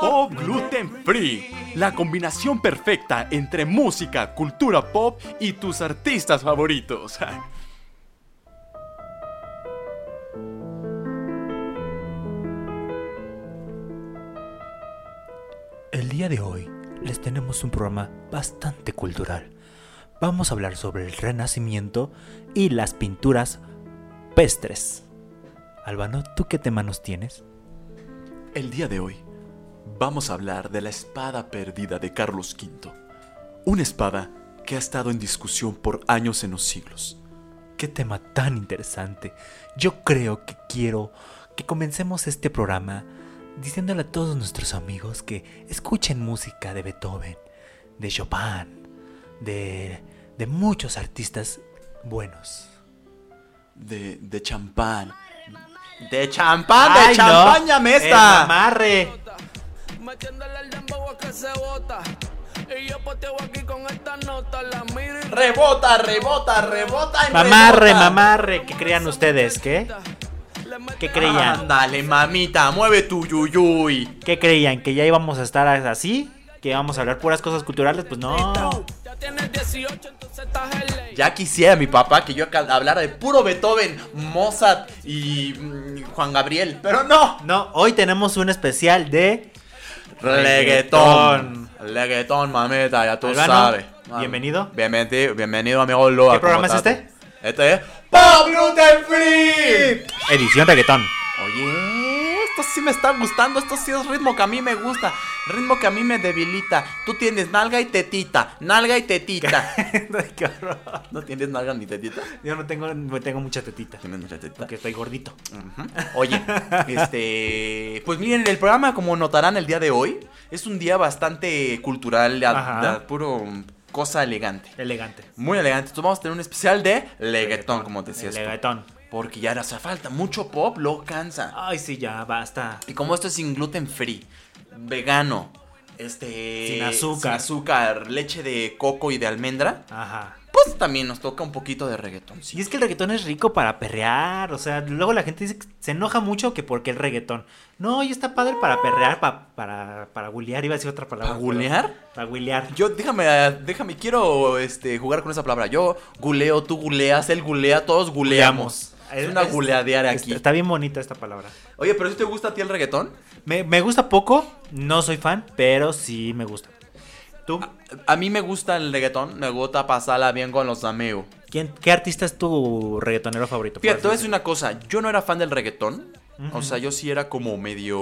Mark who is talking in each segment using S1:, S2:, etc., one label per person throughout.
S1: Pop Gluten Free. La combinación perfecta entre música, cultura pop y tus artistas favoritos.
S2: El día de hoy les tenemos un programa bastante cultural. Vamos a hablar sobre el Renacimiento y las pinturas pestres. Albano, ¿tú qué tema nos tienes?
S1: El día de hoy vamos a hablar de la espada perdida de Carlos V. Una espada que ha estado en discusión por años en los siglos.
S2: Qué tema tan interesante. Yo creo que quiero que comencemos este programa diciéndole a todos nuestros amigos que escuchen música de Beethoven, de Chopin, de, de muchos artistas buenos.
S1: De, de champán. Eh, ¡De champán! ¡De champaña
S2: ¡El
S1: mesta!
S2: mamarre!
S3: Metiéndole el dembow a que se bota. Y yo poteo aquí con esta nota. La miro y
S1: ¡Rebota, rebota, rebota! y
S2: Mamarre,
S1: rebota.
S2: mamarre, ¿qué crean ustedes? ¿Qué?
S3: le meto
S2: ¿Qué creían?
S1: Ándale, mamita, mueve tu yuyuy.
S2: ¿Qué creían? ¿Que ya íbamos a estar así? ¿Que íbamos a hablar puras cosas culturales? Pues no.
S3: Ah, Ya tienes 18, entonces estás en ley.
S1: Ya quisiera mi papá que yo acá hablara de puro Beethoven, Mozart y mm, Juan Gabriel, pero no.
S2: No, hoy tenemos un especial de...
S1: Reggaetón. Reggaetón, mamita, ya tú
S2: Albano,
S1: sabes. Mam-
S2: bienvenido.
S1: Bienvenido, bienvenido, amigo Loa.
S2: ¿Qué programa
S1: ¿cómo
S2: es
S1: estás? Este es Pop Gluten Free.
S2: Edición reggaetón.
S1: Oye, esto sí me está gustando, esto sí es ritmo que a mí me gusta, ritmo que a mí me debilita. Tú tienes nalga y tetita, nalga y tetita.
S2: Qué horror.
S1: no tienes nalga ni tetita.
S2: Yo no tengo, no tengo mucha tetita.
S1: Tienes mucha tetita.
S2: Porque estoy gordito.
S1: Ujú. Oye, este, pues miren, el programa como notarán el día de hoy es un día bastante cultural, a-
S2: Ajá.
S1: a puro mm, cosa elegante.
S2: Elegante.
S1: Muy elegante. Entonces vamos a tener un especial de leguetón, como decías tú.
S2: Leguetón.
S1: Porque ya no hace falta, mucho pop lo cansa.
S2: Ay, sí, ya, basta.
S1: Y como esto es sin gluten free, vegano, este.
S2: Sin azúcar.
S1: sin azúcar, leche de coco y de almendra,
S2: Ajá.
S1: pues también nos toca un poquito de reggaetón.
S2: Y es que el reggaetón es rico para perrear. O sea, luego la gente dice que se enoja mucho que porque el reggaetón. No, y está padre para perrear, pa- para, para gulear. Iba a decir otra palabra.
S1: ¿Para gulear?
S2: pero- Para gulear.
S1: Yo, déjame, déjame, quiero este, jugar con esa palabra. Yo guleo, tú guleas, él gulea, todos guleamos. Es una guleadear
S2: Está,
S1: aquí.
S2: está bien bonita esta palabra.
S1: Oye, pero si te gusta a ti el reggaetón,
S2: Me, me gusta poco, no soy fan, pero sí me gusta. ¿Tú?
S1: a mí me gusta el reggaetón, me gusta pasarla bien con los amigos.
S2: ¿Quién, ¿Qué artista es tu reggaetonero favorito?
S1: Fíjate, te
S2: Por
S1: voy a
S2: así
S1: decir una cosa. Yo no era fan del reggaetón. O sea, yo sí era como medio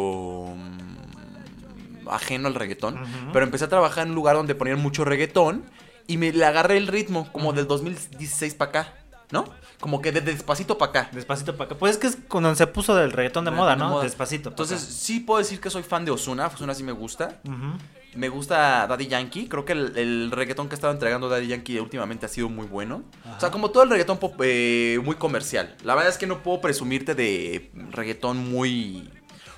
S1: mm, ajeno al reggaetón.
S2: Ujú.
S1: Pero empecé a trabajar en un lugar donde ponían mucho reggaetón. Y me le agarré el ritmo, como del 2016 para acá, ¿no? Como que de despacito para acá.
S2: Despacito para acá. Pues es que es cuando se puso del reggaetón de moda, ¿no? Despacito. pa'
S1: Entonces, sí puedo decir que soy fan de Osuna. Osuna sí me gusta.
S2: acá. Ujú.
S1: Me gusta Daddy Yankee. Creo que el, el reggaetón que estaba entregando Daddy Yankee últimamente ha sido muy bueno. O sea, como todo el reggaetón pop, eh, muy comercial. La verdad es que no puedo presumirte de reggaetón muy.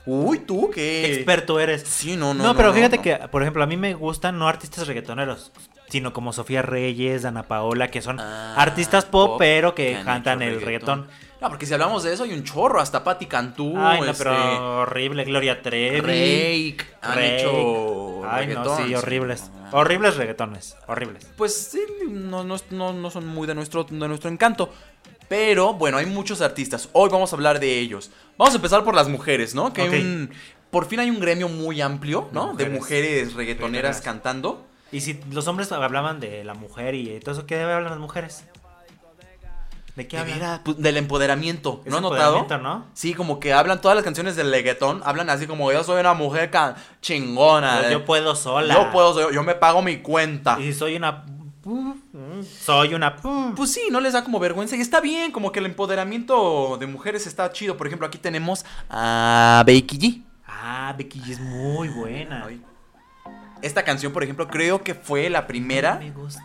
S1: Uy, tú,
S2: Qué
S1: qué.
S2: experto eres.
S1: Sí, no,
S2: No,
S1: no.
S2: pero fíjate
S1: no.
S2: que, por ejemplo, a mí me gustan no artistas reggaetoneros, sino como Sofía Reyes, Ana Paola, que son
S1: Ah,
S2: artistas pop, pero que
S1: han
S2: cantan
S1: hecho
S2: el reggaetón.
S1: No, porque si hablamos de eso, hay un chorro. Hasta Patti Cantú.
S2: Ay, no,
S1: este,
S2: pero horrible. Gloria Trevi.
S1: Rake. Han
S2: Rake.
S1: hecho. Ah.
S2: Ay, no,
S1: reggaetón,
S2: sí, horribles.
S1: no, no, no.
S2: Horribles reggaetones. Horribles.
S1: pues sí, no, no, no- no son muy de nuestro, de nuestro encanto. Pero bueno, hay muchos artistas. Hoy vamos a hablar de ellos. Vamos a empezar por las mujeres, ¿no? Que hay
S2: Ok.
S1: un- por fin hay un gremio muy amplio, ¿no?
S2: Mujeres.
S1: De mujeres reggaetoneras
S2: Reggaetoneras.
S1: cantando.
S2: Y si los hombres hablaban de la mujer y todo eso, ¿qué hablan las mujeres? ¿De qué
S1: De
S2: hablan?
S1: veras, pues, del empoderamiento.
S2: Es
S1: ¿No has notado?
S2: empoderamiento, ¿no?
S1: Sí, como que hablan todas las canciones del reggaetón. Hablan así como yo soy una mujer ca- chingona.
S2: Yo puedo sola.
S1: Ah, Yo puedo, yo, yo me pago mi cuenta.
S2: Y si soy una. Soy una.
S1: Pues sí, no les da como vergüenza y está bien, como que el empoderamiento de mujeres está chido. Por ejemplo, aquí tenemos a Becky G.
S2: Ah, Becky G es muy buena.
S1: Esta canción, por ejemplo, creo que fue la primera
S2: Me gusta.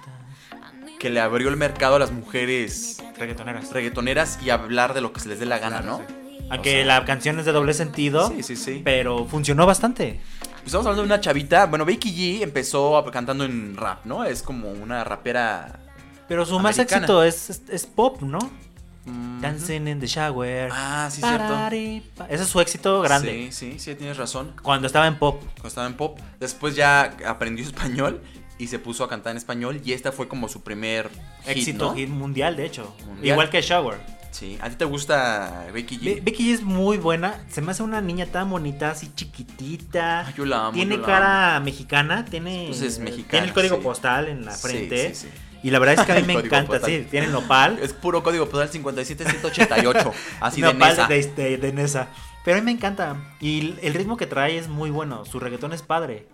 S1: que le abrió el mercado a las mujeres
S2: Reggaetoneras.
S1: reggaetoneras y hablar de lo que se les dé la gana, ¿no?
S2: Aunque la canción es de doble sentido,
S1: Sí, sí, sí.
S2: pero funcionó bastante.
S1: Pues estamos hablando de una chavita. Bueno, Becky G empezó a- cantando en rap, ¿no? Es como una rapera.
S2: Pero su más
S1: Americana.
S2: éxito es, es, es pop, ¿no?
S1: mm,
S2: Dancing in the shower.
S1: Ah, sí, cierto.
S2: Parari, pa- Ese es su éxito grande.
S1: Sí, sí, sí, tienes razón.
S2: Cuando estaba en pop.
S1: Cuando estaba en pop. Después ya aprendió español y se puso a cantar en español. Y esta fue como su primer hit,
S2: éxito
S1: ¿no?
S2: hit mundial, de hecho.
S1: Mundial.
S2: Igual que Shower.
S1: Sí. ¿A ti te gusta Becky
S2: Be-
S1: G?
S2: Becky G es muy buena. Se me hace una niña tan bonita, así chiquitita.
S1: Ah, yo la amo,
S2: tiene
S1: yo la
S2: cara mexicana, tiene,
S1: Pues es mexicana,
S2: tiene el código
S1: sí.
S2: postal en la
S1: Sí,
S2: frente. ¿eh?
S1: sí, sí.
S2: Y la verdad es que a mí
S1: El
S2: me
S1: código
S2: encanta,
S1: postal.
S2: sí. Tiene nopal.
S1: Es puro código postal 57188. así de
S2: nopal
S1: nesa.
S2: de, de- de Nesa. Pero a mí me encanta. Y el- el ritmo que trae es muy bueno. Su reggaetón es padre.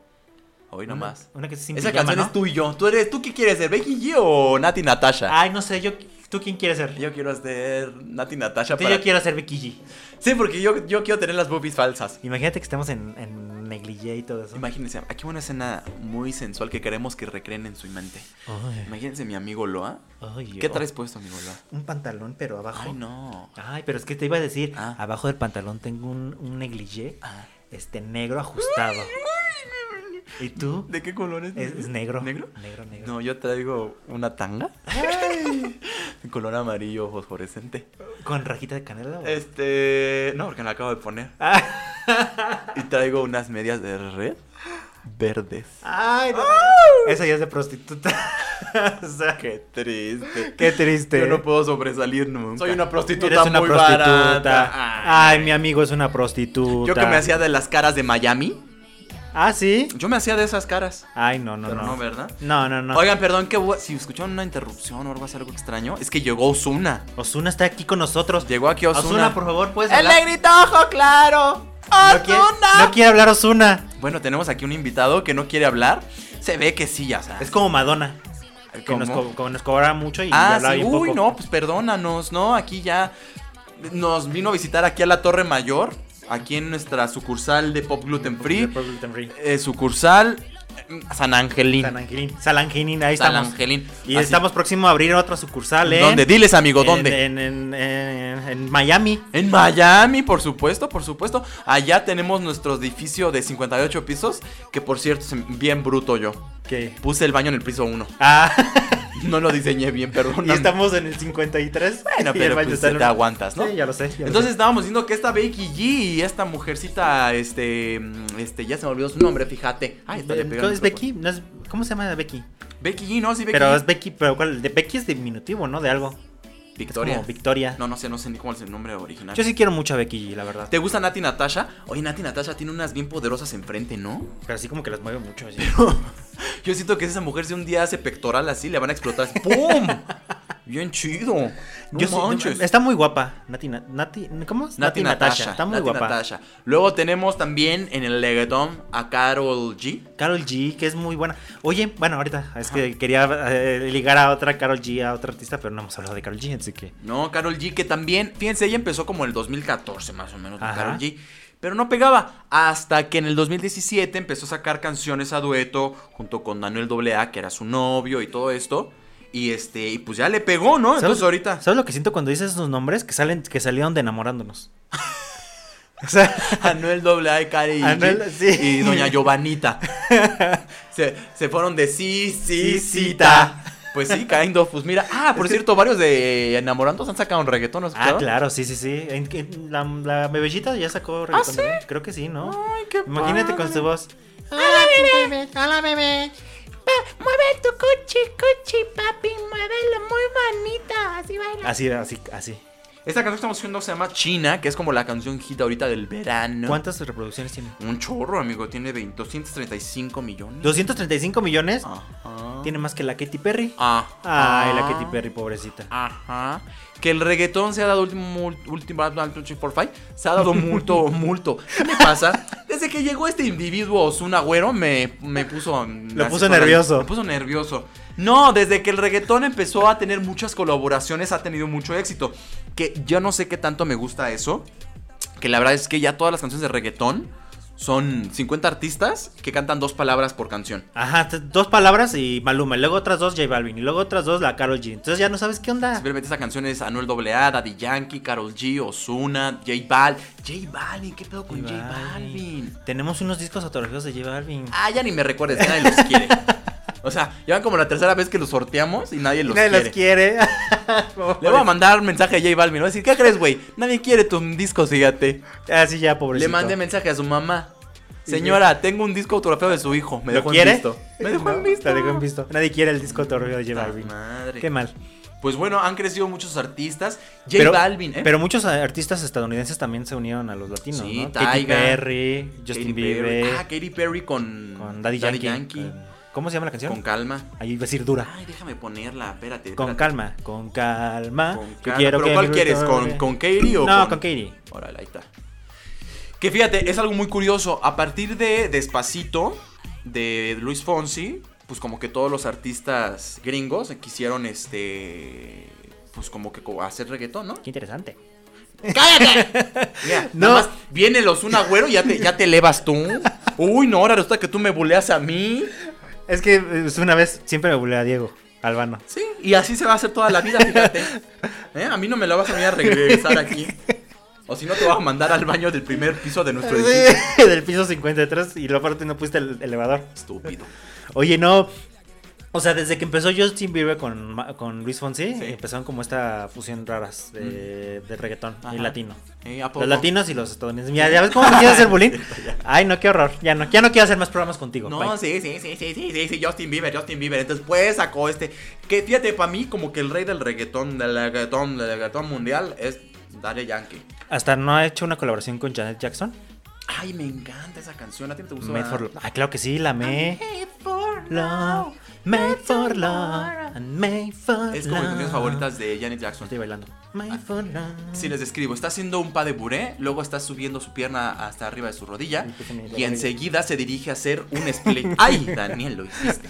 S1: Hoy
S2: Una-
S1: nomás.
S2: Una que se
S1: Esa canción es tú y yo. ¿Tú, eres, ¿Tú qué quieres ser? ¿Becky G o Nati Natasha?
S2: Ay, no sé, yo ¿tú quién quieres ser? Yo,
S1: Yo quiero ser Nati Natasha.
S2: Entonces,
S1: para-
S2: yo quiero ser Becky G.
S1: Sí, porque yo, yo quiero tener las boobies falsas.
S2: Imagínate que estamos en, en negligé y todo eso.
S1: Imagínense, aquí una escena muy sensual que queremos que recreen en su mente.
S2: Ay,
S1: Imagínense mi amigo Loa.
S2: ay,
S1: ¿Qué
S2: oh.
S1: traes puesto, amigo Loa?
S2: Un pantalón, pero abajo.
S1: Ay, no.
S2: Ay, pero es que te iba a decir,
S1: Ah.
S2: abajo del pantalón tengo un, un negligé,
S1: Ah,
S2: este negro ajustado. ¿Y tú?
S1: ¿De qué color es?
S2: Es, es negro.
S1: ¿Negro?
S2: Negro, negro.
S1: No, yo traigo una tanga. De color amarillo fosforescente.
S2: ¿Con rajita de
S1: Oh.
S2: canela? o-
S1: Este. No, porque me la acabo de poner.
S2: Ah,
S1: Y traigo unas medias de red verdes.
S2: Ay, no. Esa ya es de prostituta. O sea,
S1: Qué triste.
S2: qué triste.
S1: Yo no puedo sobresalir nunca. Soy una prostituta
S2: Eres una
S1: muy
S2: prostituta.
S1: barata.
S2: Ay, mi amigo es una prostituta.
S1: Yo que me hacía de las caras de Miami.
S2: Ah, sí.
S1: Yo me hacía de esas caras.
S2: Ay, no, no,
S1: pero no,
S2: no.
S1: ¿verdad?
S2: No, no, no.
S1: Oigan, perdón que hubo- si escucharon una interrupción o algo así, algo extraño, es que llegó Osuna.
S2: Osuna está aquí con nosotros.
S1: Llegó aquí Osuna.
S2: Osuna, por favor, puedes
S1: ¡El
S2: hablar.
S1: negrito ojo claro!
S2: No quiere,
S1: ¡Osuna!
S2: no quiere hablar Osuna.
S1: Bueno, tenemos aquí un invitado que no quiere hablar. Se ve que sí, ya
S2: Es
S1: sabes.
S2: como Madonna. Que
S1: ¿Cómo?
S2: nos, co- como nos cobraba mucho y
S1: Ah,
S2: hablaba
S1: sí.
S2: bien
S1: Uy,
S2: poco.
S1: no, pues perdónanos, ¿no? Aquí ya nos vino a visitar aquí a la Torre Mayor, aquí en nuestra sucursal de Pop Gluten Free,
S2: Purple Gluten Pues, Free.
S1: eh, sucursal eh, San Angelín.
S2: San Angelín. San Angelín, ahí
S1: San
S2: estamos.
S1: Angelín.
S2: Y
S1: Así-
S2: estamos próximos a abrir otra sucursal en...
S1: Ah, ¿Dónde? Diles, amigo, ¿dónde?
S2: ¿eh? En, en- en- en Miami.
S1: En Miami, por supuesto, por supuesto. Allá tenemos nuestro edificio de 58 pisos, que por cierto es bien bruto yo.
S2: ¿Qué?
S1: Puse el baño en el piso 1.
S2: Ah,
S1: No lo diseñé bien, perdón.
S2: y estamos en el 53.
S1: Bueno,
S2: y el
S1: pero
S2: baño
S1: pues,
S2: está en
S1: te
S2: un-
S1: aguantas, ¿no?
S2: Sí, ya lo sé. ya lo
S1: Entonces estábamos diciendo que esta Becky G y esta mujercita, este, este, ya se me olvidó su nombre, fíjate. Ay, hasta le pegué al
S2: ¿Cómo es
S1: micrófono.
S2: Ah, Becky? ¿No es- ¿Cómo se llama Becky?
S1: Becky G, no, sí, Becky
S2: Pero
S1: G.
S2: es Becky, pero ¿cuál? De Becky es diminutivo, ¿no? De algo. Es como
S1: Victoria.
S2: Victoria.
S1: No, no sé, no sé ni cómo es el nombre original.
S2: Yo sí quiero mucho a Becky G, la verdad.
S1: ¿Te gusta Nati Natasha? Oye, Nati Natasha tiene unas bien poderosas enfrente, ¿no?
S2: Pero así como que las mueve mucho. así.
S1: Yo siento que esa mujer si un día hace pectoral así, le van a explotar. así, ¡Pum! Bien chido. No
S2: Yo sí-
S1: manches.
S2: está muy guapa. Nati, Na- Nati, ¿cómo es?
S1: Nati Natasha.
S2: Está muy
S1: Nati
S2: guapa.
S1: Natasha. Luego tenemos también en el reggaetón a Carol G.
S2: Carol G, que es muy buena. Oye, bueno, ahorita es que quería eh, ligar a otra Carol G, a otra artista, pero no hemos hablado de Carol G, así que.
S1: No, Carol G, que también, fíjense, ella empezó como en el 2014 más o menos, con
S2: Ajá.
S1: Carol G. Pero no pegaba hasta que en el 2017 empezó a sacar canciones a dueto junto con Daniel AA, que era su novio y todo esto. Y este, y pues ya le pegó, ¿no? Entonces ahorita.
S2: ¿Sabes lo que siento cuando dices esos nombres? Que salen, que salieron de enamorándonos. o sea,
S1: Anuel AA y Cari
S2: Anuel, sí.
S1: y Doña Giovanita. se, se fueron de sí, sí,
S2: Sí,
S1: cita.
S2: cita.
S1: Pues sí, kind of. Pues mira, ah, por cierto, varios de Enamorantos han sacado un reggaetón, ¿no? has
S2: ah,
S1: escuchado?
S2: claro, sí, sí, sí. En- en- la, la bebellita ya sacó reggaetón,
S1: ¿Ah, ¿sí? Ah,
S2: ¿no? Creo que sí, ¿no?
S1: Ay, qué
S2: Imagínate con su voz.
S4: Hola bebé, hola bebé. Pa- mueve tu cuchi, cuchi, papi, muévelo muy bonita. Así baila.
S2: Así, así, así.
S1: Esta canción que estamos haciendo se llama China, que es como la canción hit ahorita del verano.
S2: ¿Cuántas reproducciones tiene?
S1: Un chorro, amigo. Tiene 20 235 millones.
S2: 235 millones.
S1: Ajá.
S2: Tiene más que la Katy Perry.
S1: Ah.
S2: Ay, la
S1: Ah.
S2: Katy Perry, pobrecita.
S1: Ajá. Que el reggaetón se ha dado último, último, ah, se ha dado multo, multo. ¿Qué me pasa? Desde que llegó este individuo Osuna Güero, me, me puso.
S2: Lo puso nervioso.
S1: Me puso nervioso. No, desde que el reggaetón empezó a tener muchas colaboraciones, ha tenido mucho éxito. Que yo no sé qué tanto me gusta eso. Que la verdad es que ya todas las canciones de reggaetón son 50 artistas que cantan dos palabras por canción.
S2: Ajá, t- dos palabras y Maluma, y luego otras dos J Balvin, y luego otras dos la Carol G. Entonces ya no sabes qué onda.
S1: Simplemente esa canción es Anuel AA, Daddy Yankee, Karol G, Ozuna, J Bal. J Balvin, ¿qué pedo con J
S2: J
S1: Balvin?
S2: Tenemos unos discos autografiados de J Balvin.
S1: Ah, ya ni me recuerdes, nadie los quiere. O sea, llevan como la tercera vez que los sorteamos y nadie los
S2: Nadie
S1: quiere.
S2: los quiere.
S1: Le voy a mandar mensaje a J Balvin. Le voy a decir, ¿qué crees, güey? Nadie quiere tus discos, fíjate.
S2: Así Ah, ya, pobrecito.
S1: Le mandé mensaje a su mamá. Señora, tengo un disco autografiado de su hijo. Me
S2: ¿Lo
S1: dejó
S2: quiere?
S1: en visto. Me dejó en
S2: No,
S1: visto.
S2: Te dejó en visto. Nadie quiere el disco autografiado de J
S1: Puta
S2: Balvin.
S1: madre.
S2: Qué mal.
S1: Pues bueno, han crecido muchos artistas. J
S2: pero,
S1: Balvin, ¿eh?
S2: pero muchos artistas estadounidenses también se unieron a los latinos,
S1: Sí,
S2: ¿no? Katy
S1: Tyga,
S2: Perry, Justin
S1: Katy Perry.
S2: Bieber,
S1: Ah, Katy Perry con,
S2: con Daddy, Yankee. con- ¿Cómo se llama la canción?
S1: Con calma.
S2: Ahí iba a decir dura.
S1: Ay, déjame ponerla, espérate.
S2: Con
S1: espérate.
S2: calma, con calma.
S1: Con
S2: Yo
S1: calma.
S2: quiero
S1: ¿Pero
S2: que
S1: cuál
S2: mi-
S1: quieres? ¿Con, ¿Con Katy o
S2: No, con Katy.
S1: Órale, ahí está. Que fíjate, es algo muy curioso. A partir de Despacito, de Luis Fonsi, pues como que todos los artistas gringos quisieron este. Pues como que co- hacer reggaetón, ¿no?
S2: Qué interesante.
S1: Mira, no.
S2: No.
S1: Nada más viene los un agüero y ya te, ya te elevas tú. Uy, no, ahora resulta que tú me buleas a mí.
S2: Es que eh, una vez siempre me bulea a Diego Albano.
S1: Sí, y así se va a hacer toda la vida, fíjate. ¿Eh? A mí no me la vas a venir a regresar aquí. O si no, te vas a mandar al baño del primer piso de nuestro edificio.
S2: Sí, del piso 53 y luego aparte no pusiste el elevador.
S1: Estúpido.
S2: Oye, no. O sea, desde que empezó Justin Bieber con, Ma- con Luis Fonsi,
S1: Sí. Mm.
S2: empezaron como esta fusión raras de, de reggaetón
S1: Ajá.
S2: y latino.
S1: Eh, ¿a poco? pues
S2: Los latinos y los estadounidenses. Mira, ¿ya ves cómo me quieres hacer bullying? Ay, no, qué horror. Ya no, ya no quiero hacer más programas contigo.
S1: No,
S2: Bye.
S1: sí, sí, sí, sí, sí, sí, sí, Justin Bieber, Justin Bieber. Entonces, pues sacó este. Que fíjate, para mí, como que el rey del reggaetón, del reggaetón, del reggaetón mundial es Daddy Yankee.
S2: Hasta no ha hecho una colaboración con Janet Jackson.
S1: Ay, me encanta esa canción. ¿A ti no te gustó?
S2: Made
S1: ah?
S2: for Love. Ah, claro que sí, la amé.
S4: Hey, for
S2: Love,
S4: now.
S2: made for love, and made for
S1: Es como mis canciones
S2: love.
S1: favoritas de Janet Jackson.
S2: Estoy bailando. Made for love.
S1: Si les describo, está haciendo un pas de buré, luego está subiendo su pierna hasta arriba de su rodilla y enseguida se dirige a hacer un split. ¡Ay, Daniel, lo hiciste!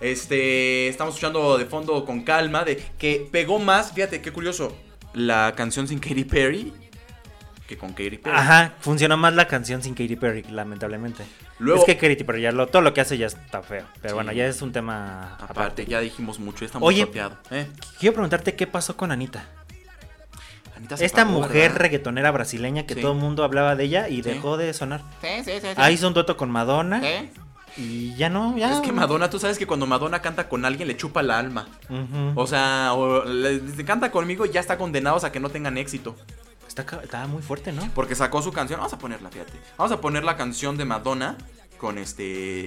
S1: Este, estamos escuchando de fondo con calma de que pegó más, fíjate qué curioso, la canción sin Katy Perry que con Katy Perry.
S2: Ajá, funcionó más la canción sin Katy Perry, lamentablemente.
S1: Luego-
S2: es que Katy Perry ya lo, todo lo que hace ya está feo. Pero
S1: Sí.
S2: bueno, ya es un tema aparte.
S1: Aparte, ya dijimos mucho, ya estamos
S2: Oye.
S1: choteado, ¿eh?
S2: Quiero preguntarte qué pasó con Anita.
S1: Anita se
S2: Esta
S1: apagó,
S2: mujer
S1: ¿verdad?
S2: reggaetonera brasileña que
S1: Sí.
S2: todo el mundo hablaba de ella y
S1: Sí.
S2: dejó de sonar.
S4: Sí, sí, sí, sí.
S2: Ah, hizo un dueto con Madonna
S4: Sí.
S2: y ya no, ya.
S1: ¿Eh? Es que Madonna, tú sabes que cuando Madonna canta con alguien le chupa la alma.
S2: Ujú.
S1: O sea, o le- le canta conmigo y ya está condenados a que no tengan éxito.
S2: Está, ca- está muy fuerte, ¿no?
S1: Porque sacó su canción. Vamos a ponerla, fíjate. Vamos a poner la canción de Madonna con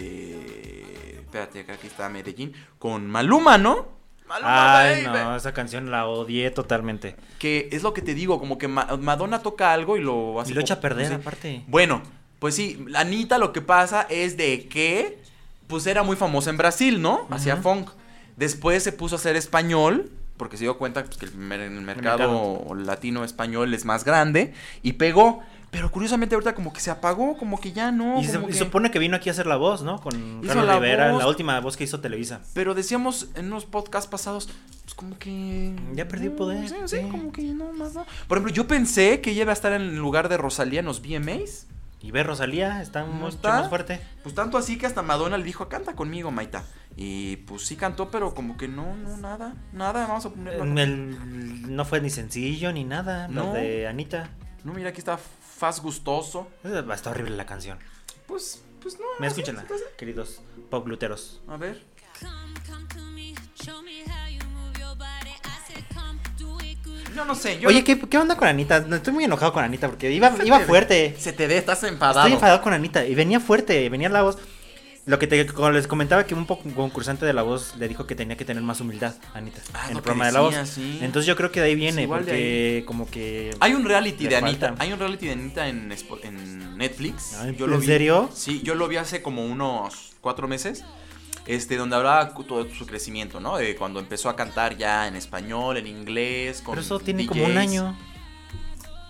S1: este. Espérate, que aquí está Medellín. Con Maluma, ¿no? Maluma,
S2: Ay,
S1: baby.
S2: no, esa canción la odié totalmente.
S1: Que es lo que te digo, como que Ma- Madonna toca algo y lo hace.
S2: Y lo echa a
S1: pop,
S2: perder,
S1: no sé.
S2: aparte.
S1: Bueno, pues sí, la Anita lo que pasa es de que. Pues era muy famosa en Brasil, ¿no? Hacía funk. Después se puso a hacer español. Porque se dio cuenta pues, que el, mer- el mercado latino español es más grande. Y pegó. Pero curiosamente ahorita como que se apagó, como que ya no.
S2: y, se-
S1: como
S2: y
S1: que-
S2: supone que vino aquí a hacer la voz, ¿no? Con
S1: Hizo
S2: Carlos
S1: la
S2: Rivera,
S1: voz.
S2: la última voz que hizo Televisa.
S1: Pero decíamos en unos podcasts pasados, pues como que.
S2: Ya perdió poder,
S1: Sí, sí,
S2: sí.
S1: como que no más no. Por ejemplo, yo pensé que ella iba a estar en el lugar de Rosalía en los VMAs.
S2: Y ve Rosalía, está
S1: ¿No
S2: mucho
S1: está?
S2: más fuerte.
S1: Pues tanto así que hasta Madonna le dijo, canta conmigo, Maita. Y pues sí cantó, pero como que no, no, nada, nada, vamos a ponerlo.
S2: En el- no fue ni sencillo ni nada,
S1: No.
S2: lo de Anita.
S1: No, mira, aquí está Faz Gustoso.
S2: Eh, Está horrible la canción.
S1: Pues, pues no.
S2: Me
S1: así,
S2: escuchan,
S1: así, así.
S2: queridos pop gluteros.
S1: A ver.
S5: Come, come to me, show me how you move your body. I said, come, do it good.
S1: Yo no sé, yo.
S2: Oye, ¿qué, qué onda con Anita? No, Estoy muy enojado con Anita porque iba, iba fuerte.
S1: Se te ve, estás enfadado.
S2: Estoy enfadado con Anita. Y venía fuerte, venía la voz. Lo que te, como les comentaba que un poco un concursante de la voz le dijo que tenía que tener más humildad, Anita,
S1: Ah,
S2: en el
S1: lo que
S2: programa de la
S1: decía,
S2: voz.
S1: sí.
S2: Entonces yo creo que de ahí viene,
S1: igual de
S2: porque como que.
S1: Hay un reality
S2: Le
S1: de
S2: falta.
S1: Anita. Hay un reality de Anita en, Spo- en Netflix.
S2: Ay,
S1: Yo
S2: ¿en
S1: lo vi.
S2: serio?
S1: Sí, yo lo vi hace como unos cuatro meses. Este, donde hablaba cu- todo su crecimiento, ¿no? De cuando empezó a cantar ya en español, en inglés, con
S2: Pero eso tiene como
S1: DJs.
S2: un año.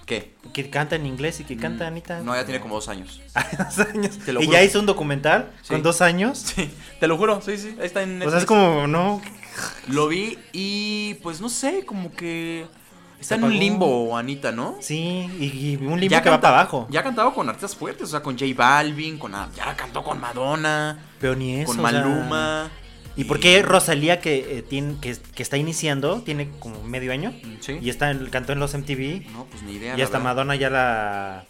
S1: ¿Qué? Mm,
S2: Que canta en inglés y que canta Anita.
S1: No, ya tiene como dos años.
S2: dos años.
S1: Te lo
S2: y
S1: juro.
S2: ya hizo un documental
S1: Sí.
S2: con dos años.
S1: Sí, te lo juro, sí, sí. ahí Está en
S2: O sea,
S1: Netflix.
S2: es como, no.
S1: Lo vi y pues no sé, como que Está en
S2: apagó.
S1: un limbo, Anita, ¿no?
S2: Sí, y, y un limbo
S1: Ya
S2: que va
S1: canta-
S2: para abajo.
S1: Ya ha cantado con artistas fuertes, o sea, con J Balvin, con a- ya cantó con Madonna,
S2: Pero ni eso.
S1: con
S2: o sea.
S1: Maluma.
S2: ¿Y por qué Rosalía, que, eh, tiene, que, que está iniciando, tiene como medio año?
S1: Mm, Sí.
S2: Y está en- cantó en los MTV.
S1: No, pues ni idea.
S2: y
S1: la
S2: hasta
S1: verdad.
S2: Madonna ya la.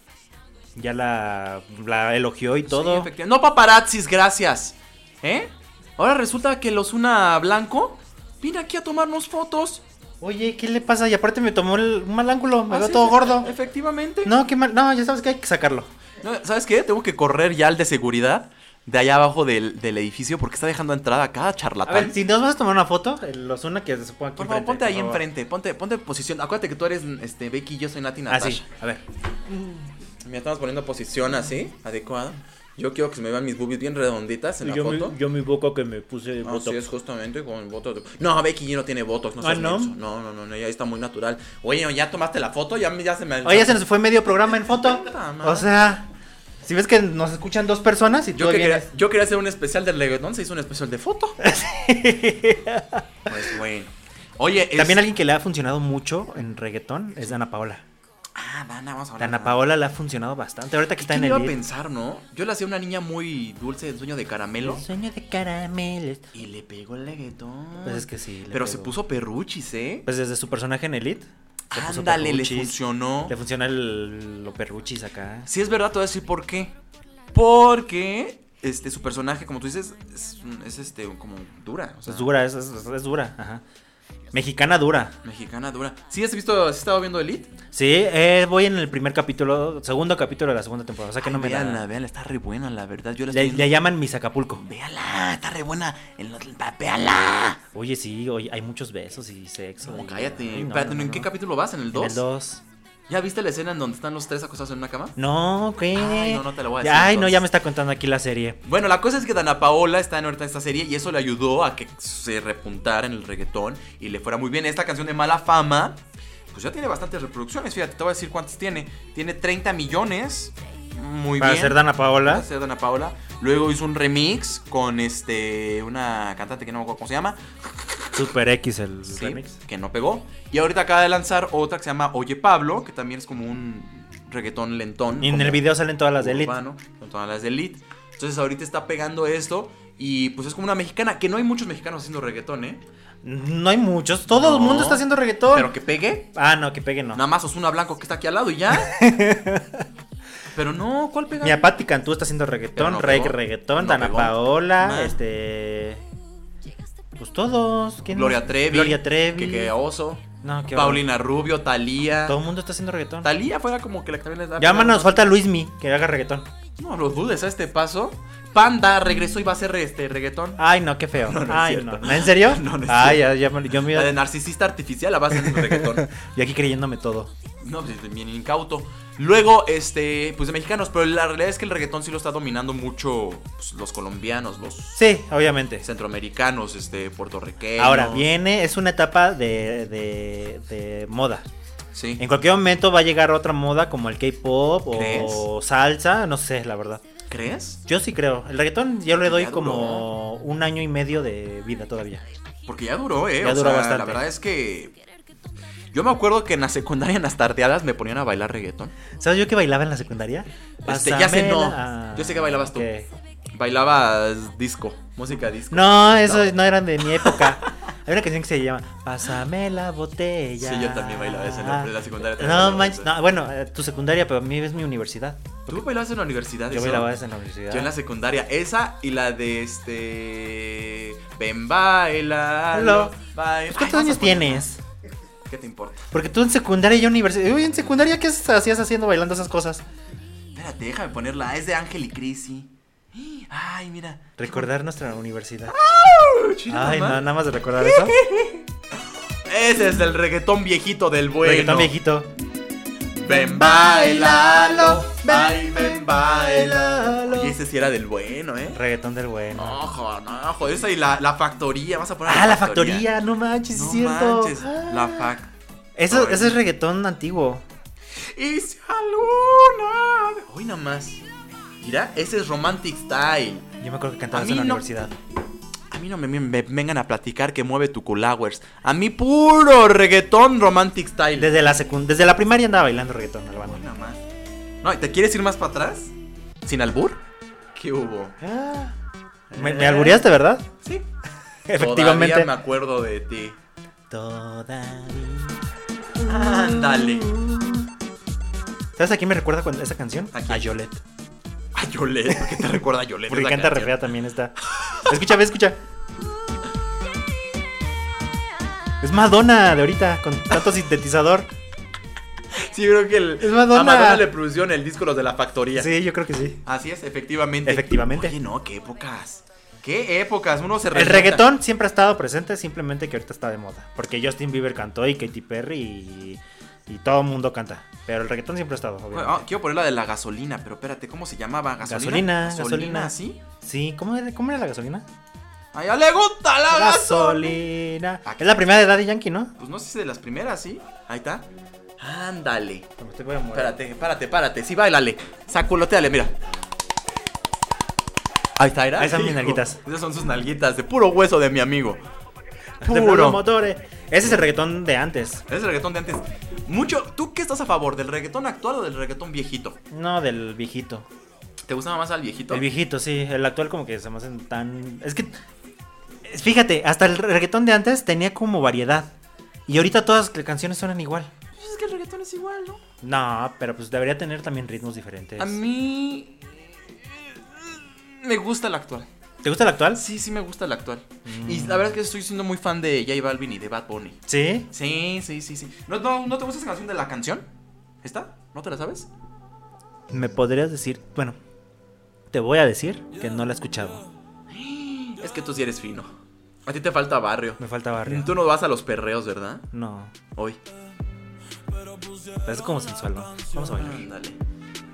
S2: Ya la, la elogió y
S1: Sí,
S2: todo.
S1: efectivamente. no paparazzis, gracias. ¿Eh? Ahora resulta que los una blanco viene aquí a tomarnos fotos.
S2: Oye, ¿qué le pasa? Y aparte me tomó el, un mal ángulo, me
S1: Ah,
S2: veo
S1: sí,
S2: todo
S1: efe-
S2: gordo.
S1: Efectivamente.
S2: No, qué mal. No, ya sabes que hay que sacarlo.
S1: No, ¿Sabes qué? Tengo que correr ya al de seguridad de allá abajo del, del edificio porque está dejando entrada a cada
S2: A
S1: charlatán.
S2: ver, si nos vas a tomar una foto, eh, los una que se ponga aquí
S1: Por favor,
S2: enfrente,
S1: ponte
S2: por
S1: ahí
S2: favor.
S1: enfrente, ponte, ponte en posición. Acuérdate que tú eres este, Becky y yo soy Nati
S2: Ah,
S1: Natasha.
S2: sí, a ver.
S1: Me estamos poniendo posición así, adecuada. Yo quiero que se me vean mis boobies bien redonditas en la foto.
S2: boca que me puse de
S1: Así es, justamente con botox. No, Becky G no tiene botox, no
S2: Ah,
S1: seas
S2: ¿no?
S1: menso. No, no, no, no, ya está muy natural. Oye, ¿ya tomaste la foto? Ya, me- ya se me...
S2: Oye, se nos fue medio programa en foto.
S1: Puta madre.
S2: O sea, si ves que nos escuchan dos personas y tú
S1: Yo que
S2: vienes.
S1: quería, yo quería hacer un especial del reggaetón, se hizo un especial de foto. pues bueno. Oye, es-
S2: También alguien que le ha funcionado mucho en reggaetón es Dana Paola.
S1: Ah, Dana, vamos a hablar.
S2: Dana Paola le ha funcionado bastante. Ahorita que está
S1: ¿Quién
S2: en
S1: iba a
S2: el.
S1: pensar, no? Yo le hacía una niña muy dulce, el sueño de caramelo.
S2: El sueño de caramelos.
S1: Y le pegó el reggaetón.
S2: Pues es que sí. le
S1: Pero se
S2: pegó.
S1: puso perruchis, ¿eh?
S2: Pues desde su personaje en Elite. se puso
S1: Ándale, le
S2: perruchis.
S1: funcionó.
S2: Le funciona el, lo perruchis acá.
S1: Si es verdad, te voy a decir por qué. Porque este, su personaje, como tú dices, es, un- es, este, como dura. O sea,
S2: Es dura, es, es- es dura. Ajá. Mexicana dura.
S1: Mexicana dura. ¿Sí has visto, has estado viendo Elite?
S2: Sí, eh, voy en el primer capítulo, segundo capítulo de la segunda temporada. O sea que no me da.
S1: Veanla, veanla, está re buena, la verdad. Yo la
S2: Le,
S1: estoy
S2: le llaman Mis Acapulco.
S1: Véala, está re buena. En los, véala.
S2: Oye, sí, oye, hay muchos besos y sexo.
S1: No,
S2: y-
S1: cállate.
S2: Ay, no,
S1: Espérate,
S2: no, no,
S1: ¿En
S2: no.
S1: qué capítulo vas? ¿En el
S2: En
S1: 2?
S2: el 2.
S1: ¿Ya viste la escena en donde están los tres acostados en una cama?
S2: No, ¿qué?
S1: Ay, no, no te la voy a decir,
S2: Ay, no,
S1: entonces.
S2: ya me está contando aquí la serie.
S1: Bueno, la cosa es que Dana Paola está en ahorita en esta serie y eso le ayudó a que se repuntara en el reggaetón y le fuera muy bien. Esta canción de mala fama, pues ya tiene bastantes reproducciones. Fíjate, te voy a decir cuántas tiene. Tiene 30 millones. Muy
S2: Para
S1: bien.
S2: ser Dana
S1: Para
S2: Paola.
S1: ser Dana Paola. Luego hizo un remix con este una cantante que no me acuerdo cómo se llama.
S2: Super X el
S1: Sí,
S2: remix.
S1: que no pegó. Y ahorita acaba de lanzar otra que se llama Oye Pablo, que también es como un reggaetón lentón.
S2: Y en
S1: como-
S2: el video salen todas las de Elite.
S1: urbano, con todas las de Elite. Entonces ahorita está pegando esto y pues es como una mexicana, que no hay muchos mexicanos haciendo reggaetón, ¿eh?
S2: No hay muchos. Todo el
S1: No.
S2: mundo está haciendo reggaetón.
S1: Pero que pegue,
S2: Ah, no, que peguen, no.
S1: nada más Osuna Blanco que está aquí al lado y ya. Pero no, ¿cuál pega?
S2: Mi Apati Cantú está haciendo
S1: Pero
S2: reggaetón,
S1: no
S2: Rey
S1: pegó.
S2: reggaetón,
S1: No
S2: Dana
S1: pegó.
S2: Paola,
S1: Ma.
S2: este. Pues todos. ¿Quién
S1: Gloria
S2: más?
S1: Trevi,
S2: Gloria Trevi.
S1: Keke Oso,
S2: No, qué
S1: Paulina Rubio, Talía.
S2: horror. Todo el mundo está haciendo reggaetón.
S1: Talía fuera como que la que también les da.
S2: Llámanos, falta Luismi, que haga reggaetón.
S1: No lo dudes a este paso. Panda regresó y va a hacer este reggaetón.
S2: Ay, no, qué feo.
S1: No, no es
S2: Ay,
S1: cierto.
S2: no. ¿En serio?
S1: No, no es
S2: Ay, ya, ya me- yo me
S1: La de narcisista artificial la va a hacer en reggaetón.
S2: Y aquí creyéndome todo.
S1: No, pues bien incauto. Luego, este, pues de mexicanos, pero la realidad es que el reggaetón sí lo está dominando mucho pues, los colombianos, los
S2: Sí, obviamente.
S1: centroamericanos, este, puertorriqueños.
S2: Ahora viene, es una etapa de, de, de moda.
S1: Sí.
S2: En cualquier momento va a llegar otra moda como el K-pop o
S1: ¿Crees?
S2: salsa, no sé, la verdad.
S1: ¿Crees?
S2: Yo sí creo. El reggaetón yo le doy
S1: Ya
S2: como un año y medio de vida todavía.
S1: Porque ya duró, ¿eh?
S2: Ya
S1: O
S2: duró
S1: sea,
S2: bastante.
S1: La verdad es que. Yo me acuerdo que en la secundaria, en las tardeadas, me ponían a bailar reggaetón.
S2: ¿Sabes yo que bailaba en la secundaria?
S1: Este, ya sé, no.
S2: Pásamela.
S1: Yo sé que bailabas tú.
S2: Ok.
S1: Bailabas disco, música disco.
S2: No, eso
S1: No.
S2: no. eran de mi época. Hay una canción que se llama Pásame la botella. Ah.
S1: Sí, yo también bailaba eso en la- en la secundaria también
S2: No
S1: bailaba
S2: manches,
S1: eso.
S2: no, bueno, eh, tu secundaria, pero a mí es mi universidad.
S1: ¿Tú bailabas en la universidad?
S2: Yo
S1: Ah, eso?
S2: bailaba eso en la universidad.
S1: Yo en la secundaria, esa y la de este. Ven, baila. baila.
S2: Lo- Pues,
S1: Ay, vas
S2: ¿Cuántos
S1: a
S2: años
S1: poner-
S2: tienes?
S1: ¿Qué te importa?
S2: Porque tú en secundaria y yo universidad. Uy, en secundaria, ¿qué hacías haciendo bailando esas cosas?
S1: Espérate, déjame ponerla. Es de Ángel y Crisi. Ay, mira.
S2: Recordar nuestra universidad.
S1: Chira,
S2: Ay, no,
S1: mamá.
S2: nada más de recordar eso.
S1: Ese es el reggaetón viejito del bueno.
S2: Reggaetón viejito.
S1: Ven, bailalo. Ay, ven, bailalo.
S2: bailalo.
S1: Y ese sí era del bueno, ¿eh?
S2: Reggaetón del bueno.
S1: Ojo, no, ojo. Esa y la, la factoría. Vas a poner.
S2: Ah, la factoría, no manches,
S1: No
S2: es cierto. Ah.
S1: manches, la fac.
S2: Eso, eso es reggaetón antiguo.
S1: Y si a luna. Hoy nada más. Mira, ese es Romantic Style.
S2: Yo me acuerdo que cantaba
S1: A
S2: eso en
S1: mí
S2: la
S1: no.
S2: universidad.
S1: A mí mí no me, me- me vengan a platicar que mueve tu culawers. A mí puro reggaetón romantic style.
S2: Desde la, secund desde la primaria andaba bailando reggaetón, Albano.
S1: Nada más. No, ¿y ¿te quieres ir más para atrás? ¿Sin albur? ¿Qué hubo?
S2: ¿Me, me albureaste, verdad?
S1: Ah. Sí.
S2: Efectivamente.
S1: Todavía me acuerdo de ti.
S2: Todavía.
S1: Ándale.
S2: ¿Sabes a quién me recuerda cuando esa canción?
S1: ¿A quién?
S2: Yolette.
S1: A Yolette. ¿Por qué te recuerda a Yolette?
S2: Porque
S1: esa
S2: canta re
S1: canción?
S2: fea también está. Escucha, ve, escucha. Es Madonna de ahorita, con tanto sintetizador.
S1: Sí, creo que el,
S2: Es Madonna.
S1: a Madonna le producieron el disco Los de la Factoría.
S2: Sí, yo creo que sí.
S1: Así es, efectivamente.
S2: Efectivamente.
S1: Oye, no, qué épocas. Qué épocas. Uno se
S2: El
S1: remonta.
S2: reggaetón siempre ha estado presente, simplemente que ahorita está de moda. Porque Justin Bieber cantó y Katy Perry y, y todo el mundo canta. Pero el reggaetón siempre ha estado, obviamente.
S1: Ah, quiero poner la de la gasolina, pero espérate, ¿cómo se llamaba?
S2: Gasolina,
S1: ¿Gasolina?
S2: gasolina.
S1: ¿sí?
S2: Sí, ¿cómo era, cómo era la gasolina?
S1: ¡A ella le gusta Ah, la gasolina!
S2: gasolina. Es la primera de Daddy Yankee, ¿no?
S1: Pues no sé si de las primeras, ¿sí? Ahí está. Ándale.
S2: Me estoy voy a mover.
S1: Espérate, párate, párate. Sí, bailale. Saculoteale, mira. Ahí está, ¿era?
S2: Ahí están mis
S1: Hijo,
S2: nalguitas.
S1: Esas son sus nalguitas, de puro hueso de mi amigo.
S2: De Pablo
S1: Puro.
S2: Motores. Ese es el reggaetón de antes.
S1: Es el reggaetón de antes. Mucho. ¿Tú qué estás a favor? ¿Del reggaetón actual o del reggaetón viejito?
S2: No, del viejito.
S1: ¿Te gustaba más al viejito?
S2: El viejito, sí. El actual como que se me hacen tan... Es que... es- Fíjate, hasta el reggaetón de antes tenía como variedad. Y ahorita todas las canciones suenan igual.
S1: Pues es que el reggaetón es igual, ¿no?
S2: No, pero pues debería tener también ritmos diferentes.
S1: A mí. Me gusta el actual.
S2: ¿Te gusta el actual?
S1: Sí, sí me gusta el actual. Y la verdad es que estoy siendo muy fan de J Balvin y de Bad Bunny.
S2: Sí.
S1: Sí, sí, sí, sí. ¿No, no, ¿no te gusta esa canción de la canción? ¿Esta? ¿No te la sabes?
S2: ¿Me podrías decir? Bueno, te voy a decir que no la he escuchado.
S1: Es que tú sí eres fino. A ti te falta barrio.
S2: Me falta barrio.
S1: Tú no vas a los perreos, ¿verdad?
S2: No,
S1: Hoy.
S2: es como sensual, ¿no? Vamos a bailar.
S1: Ándale.